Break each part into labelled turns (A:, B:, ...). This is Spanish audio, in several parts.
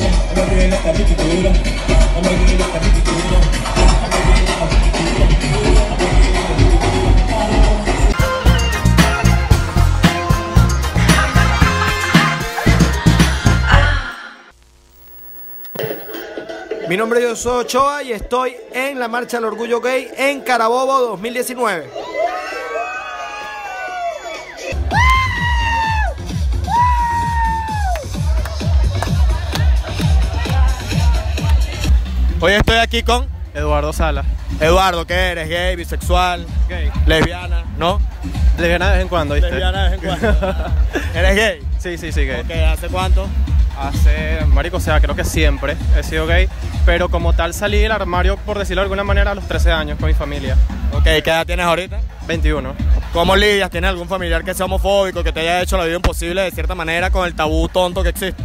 A: it up, I make it good. I make it up, I make it good. I make it up, I make it good.
B: Mi nombre es Josué Ochoa y estoy en la Marcha del Orgullo Gay en Carabobo 2019.
C: Hoy estoy aquí con
D: Eduardo Sala.
C: Eduardo, que eres gay, bisexual,
D: Gay.
C: lesbiana, ¿no?
D: Lesbiana de vez en cuando, ¿viste?
C: Lesbiana de vez en cuando. ¿Eres gay?
D: Sí, sí, sí, gay.
C: Ok, ¿hace cuánto?
D: Hace, marico, o sea, creo que siempre he sido gay, pero como tal salí del armario, por decirlo de alguna manera, a los 13 años con mi familia.
C: Ok, ¿qué edad tienes ahorita?
D: 21.
C: ¿Cómo lidias? ¿Tienes algún familiar que sea homofóbico, que te haya hecho la vida imposible de cierta manera con el tabú tonto que existe?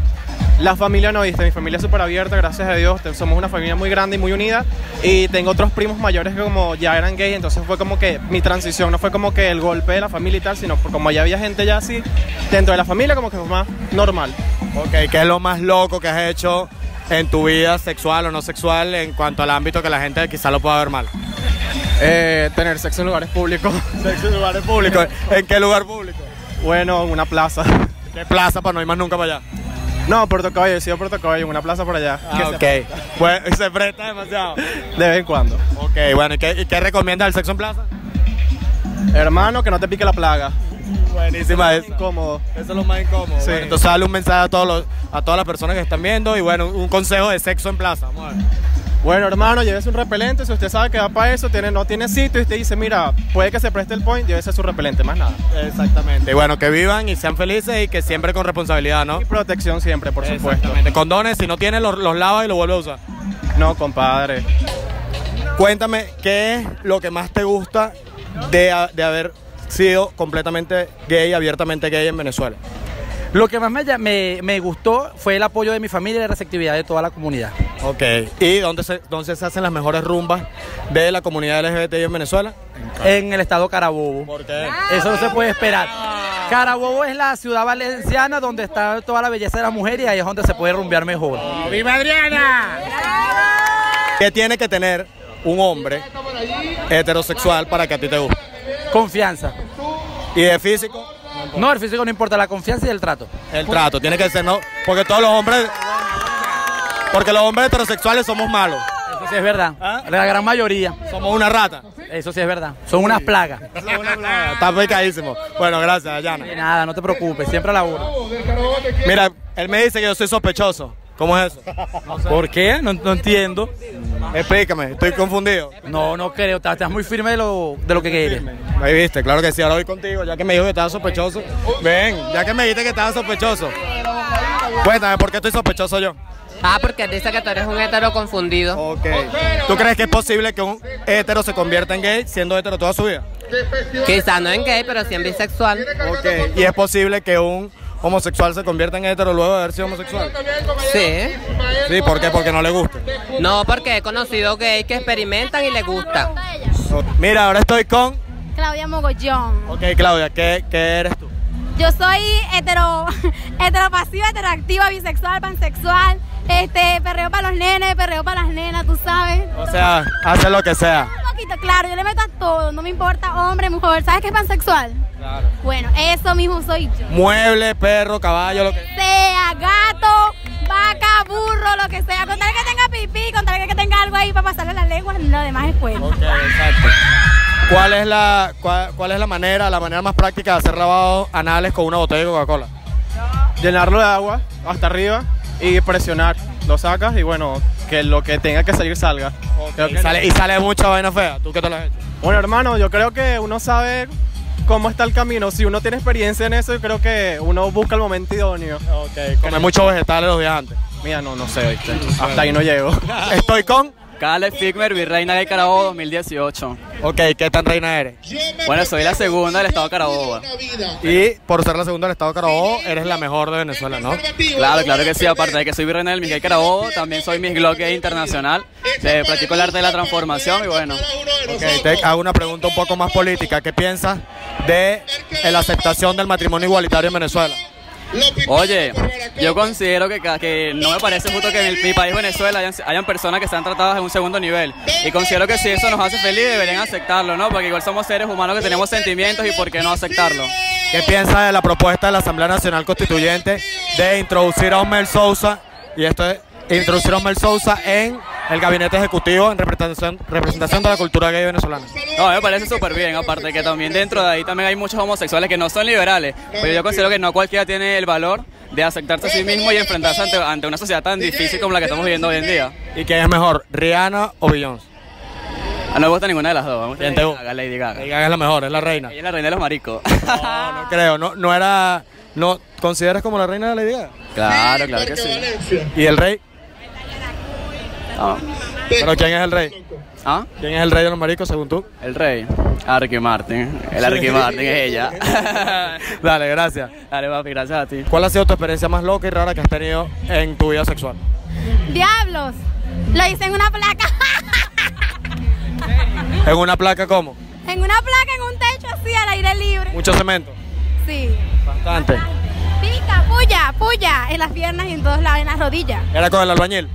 D: La familia no viste, mi familia es súper abierta, gracias a Dios, te- somos una familia muy grande y muy unida, y tengo otros primos mayores que como ya eran gay, entonces fue como que mi transición, no fue como que el golpe de la familia y tal, sino por como ya había gente ya así, dentro de la familia como que fue más normal.
C: Ok, ¿qué es lo más loco que has hecho en tu vida sexual o no sexual en cuanto al ámbito que la gente quizá lo pueda ver mal?
D: Eh, tener sexo en lugares públicos.
C: ¿Sexo en lugares públicos? ¿En qué lugar público?
D: Bueno, en una plaza.
C: ¿Qué plaza para no ir más nunca para allá?
D: No, Puerto Cabello, he sido a Puerto Cabello, en una plaza por allá. Que se-
C: ok. Pues se Ah, presta demasiado.
D: De vez en cuando.
C: Ok, bueno, ¿y qué, y qué recomiendas el sexo en plaza?
D: Hermano, que no te pique la plaga.
C: Buenísima
D: Es incómodo.
C: Eso es lo más incómodo.
D: Sí.
C: Bueno, entonces dale un mensaje a, todos los- a todas las personas que están viendo y bueno, un consejo de sexo en plaza. Vamos a ver.
D: Bueno, hermano, llévese un repelente. Si usted sabe que va para eso, tiene, no tiene sitio y usted dice, mira, puede que se preste el point, llévese su repelente, más nada.
C: Y bueno, que vivan y sean felices y que siempre con responsabilidad, ¿no?
D: Y protección siempre, por supuesto.
C: Condones, si no tienes, los, los lavas y los vuelves a usar.
D: No, compadre.
C: Cuéntame, ¿qué es lo que más te gusta de, ha- de haber sido completamente gay, abiertamente gay en Venezuela?
E: Lo que más me, ll- me- me gustó fue el apoyo de mi familia y la receptividad de toda la comunidad.
C: Ok. ¿Y dónde se, dónde se hacen las mejores rumbas de la comunidad LGBTI en Venezuela?
E: En el estado Carabobo.
C: ¿Por qué?
E: Eso no se puede esperar. Carabobo es la ciudad valenciana donde está toda la belleza de la mujer y ahí es donde se puede rumbear mejor.
C: ¡Viva Adriana! ¿Qué tiene que tener un hombre heterosexual para que a ti te guste?
E: Confianza.
C: Y de físico,
E: No, el físico no importa, la confianza y el trato.
C: el trato. Tiene que ser, ¿no? Porque todos los hombres. Porque los hombres heterosexuales somos malos.
E: Eso sí es verdad. La gran mayoría.
C: Somos una rata.
E: Eso sí es verdad. Son unas plagas.
C: Está picadísimo. Bueno, gracias, Dayana.
E: De nada, no te preocupes, siempre a la hora.
C: Mira, él me dice que yo soy sospechoso. ¿Cómo es eso?
E: ¿Por qué? No, no entiendo.
C: Explícame, estoy confundido.
E: No, no creo. Estás, estás muy firme de lo, de lo que eres.
C: Me viste, claro que sí, ahora voy contigo, ya que me dijo que estaba sospechoso. Ven, ya que me dijiste que estaba sospechoso. Cuéntame, ¿por qué estoy sospechoso yo?
F: Ah, porque dice que tú eres un hetero confundido.
C: Ok. ¿Tú crees que es posible que un hetero se convierta en gay siendo hetero toda su vida?
F: Quizás no en gay, pero sí en bisexual.
C: Ok. ¿Y es posible que un homosexual se convierta en hetero luego de haber sido homosexual?
F: Sí.
C: Sí, ¿por qué? Porque no le gusta.
F: No, porque he conocido gays que experimentan y les gusta.
C: Mira, ahora estoy con...
G: Claudia Mogollón.
C: Ok, Claudia, ¿qué, qué eres tú?
G: Yo soy hetero, heteropasiva, heteroactiva, bisexual, pansexual, este, perreo para los nenes, perreo para las nenas, tú sabes.
C: O sea, hace lo que sea.
G: Un poquito, claro, yo le meto a todo, no me importa hombre, mujer, ¿sabes qué es pansexual? Claro. Bueno, eso mismo soy yo.
C: Mueble, perro, caballo, lo que...
G: Sea gato, vaca, burro, lo que sea, con tal que tenga pipí, con tal que tenga algo ahí para pasarle las lenguas, lo demás es cuento.
C: Ok, exacto. ¿Cuál es la cuál, cuál es la manera, la manera más práctica de hacer lavados anales con una botella de Coca-Cola?
D: Llenarlo de agua hasta arriba y presionar. Lo sacas y bueno, que lo que tenga que salir salga. Creo
C: Y
D: que-
C: sale, y sale mucha vaina fea. ¿Tú qué te lo has hecho?
D: Bueno, hermano, yo creo que uno sabe cómo está el camino. Si uno tiene experiencia en eso, yo creo que uno busca el momento idóneo.
C: Ok, comí muchos vegetales los días antes.
D: Mira, no, no sé, ¿viste? Hasta ahí no llego.
C: Estoy con.
H: Caleb Figmer, virreina de Carabobo 2018.
C: Ok, ¿qué tan reina eres?
H: Bueno, soy la segunda del estado de Carabobo.
C: Y por ser la segunda del estado de Carabobo, Oh, eres la mejor de Venezuela, ¿no?
H: Claro, claro que sí, aparte de que soy virreina del Miguel Carabobo, también soy Miss Glock Gay Internacional. Eh, practico el arte de la transformación y bueno,
C: Ok, te hago una pregunta un poco más política. ¿Qué piensas de la aceptación del matrimonio igualitario en Venezuela?
H: Oye, yo considero que, ca- que no me parece justo que en el- mi país Venezuela hayan, hayan personas que sean tratadas en un segundo nivel. Y considero que si eso nos hace feliz deberían aceptarlo, ¿no? Porque igual somos seres humanos que tenemos sentimientos y por qué no aceptarlo.
C: ¿Qué piensa de la propuesta de la Asamblea Nacional Constituyente de introducir a Osmer Sousa y esto es introducir a Osmer Sousa en el gabinete ejecutivo en representación, representación de la cultura gay venezolana?
H: No, me parece súper bien, aparte que también dentro de ahí también hay muchos homosexuales que no son liberales, pero yo considero que no cualquiera tiene el valor de aceptarse a sí mismo y enfrentarse ante, ante una sociedad tan difícil como la que estamos viviendo hoy en día.
C: ¿Y quién es mejor, Rihanna o Beyoncé?
H: Ah, no me gusta ninguna de las dos, me gusta
C: ¿Quién te
H: Lady
C: gusta?
H: Gaga, Lady Gaga.
C: Lady
H: Ella
C: Gaga es la mejor, es la reina.
H: es la reina de los maricos. Ah.
C: No, no creo, no, no era, no, ¿consideras como la reina de la idea?
H: Claro, claro que sí.
C: ¿Y el rey?
H: Ah,
C: ¿Pero quién es el rey?
H: ¿Ah?
C: ¿Quién es el rey de los maricos según tú?
H: El rey. Ah, Ricky Martin. El Ricky Martin es ella.
C: Dale, gracias.
H: Dale, papi, gracias a ti.
C: ¿Cuál ha sido tu experiencia más loca y rara que has tenido en tu vida sexual?
G: ¡Diablos! Lo hice en una placa.
C: ¿En una placa cómo?
G: en una placa, en un techo así, al aire libre.
C: Mucho cemento.
G: Sí.
C: Bastante.
G: Pica, puya, puya. En las piernas y en todos lados, en las rodillas.
C: ¿Era con el albañil?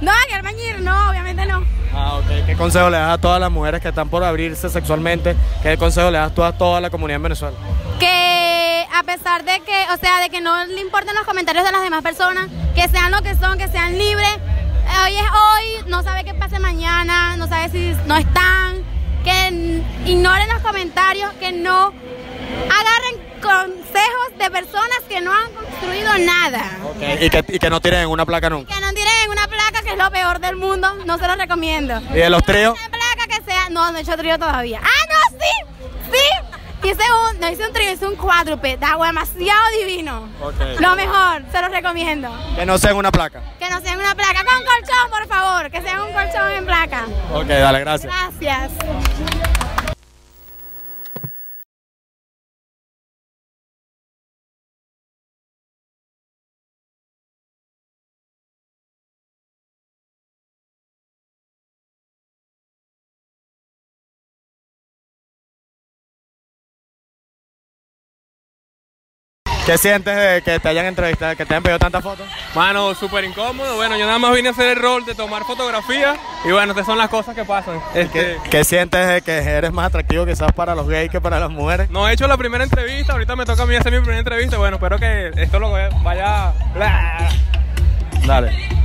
G: No, que albañil, no, obviamente no.
C: Ah, ok. ¿Qué consejo le das a todas las mujeres que están por abrirse sexualmente? ¿Qué consejo le das tú a toda la comunidad en Venezuela?
G: que a pesar de que, o sea, de que no le importen los comentarios de las demás personas, que sean lo que son, que sean libres. Eh, Hoy es hoy, no sabe qué pase mañana, no sabe si no están, que n- ignoren los comentarios, que no agarren consejos de personas que no han construido nada.
C: Y que, y que no tiren en una placa nunca.
G: Que no tiren en una placa, que es lo peor del mundo, no se los recomiendo.
C: ¿Y de los tríos?
G: Una placa que sea, no, no he hecho trío todavía. ¡Ah, no, sí! ¡Sí! Hice un, no hice un trío, hice un cuádruple, da agua demasiado divino.
C: Ok.
G: Lo mejor, se los recomiendo.
C: Que no sea en una placa.
G: Que no sean una placa, con colchón, por favor, que sean un colchón en placa.
C: Ok, dale, gracias.
G: Gracias.
C: ¿Qué sientes de que te hayan entrevistado, que te hayan pedido tantas fotos?
D: Mano, súper incómodo. Bueno, yo nada más vine a hacer el rol de tomar fotografías. Y bueno, estas son las cosas que pasan. Este,
C: ¿Qué, qué sientes de que eres más atractivo quizás para los gays que para las mujeres?
D: No he hecho la primera entrevista, ahorita me toca a mí hacer mi primera entrevista. Bueno, espero que esto lo vaya.
C: Dale.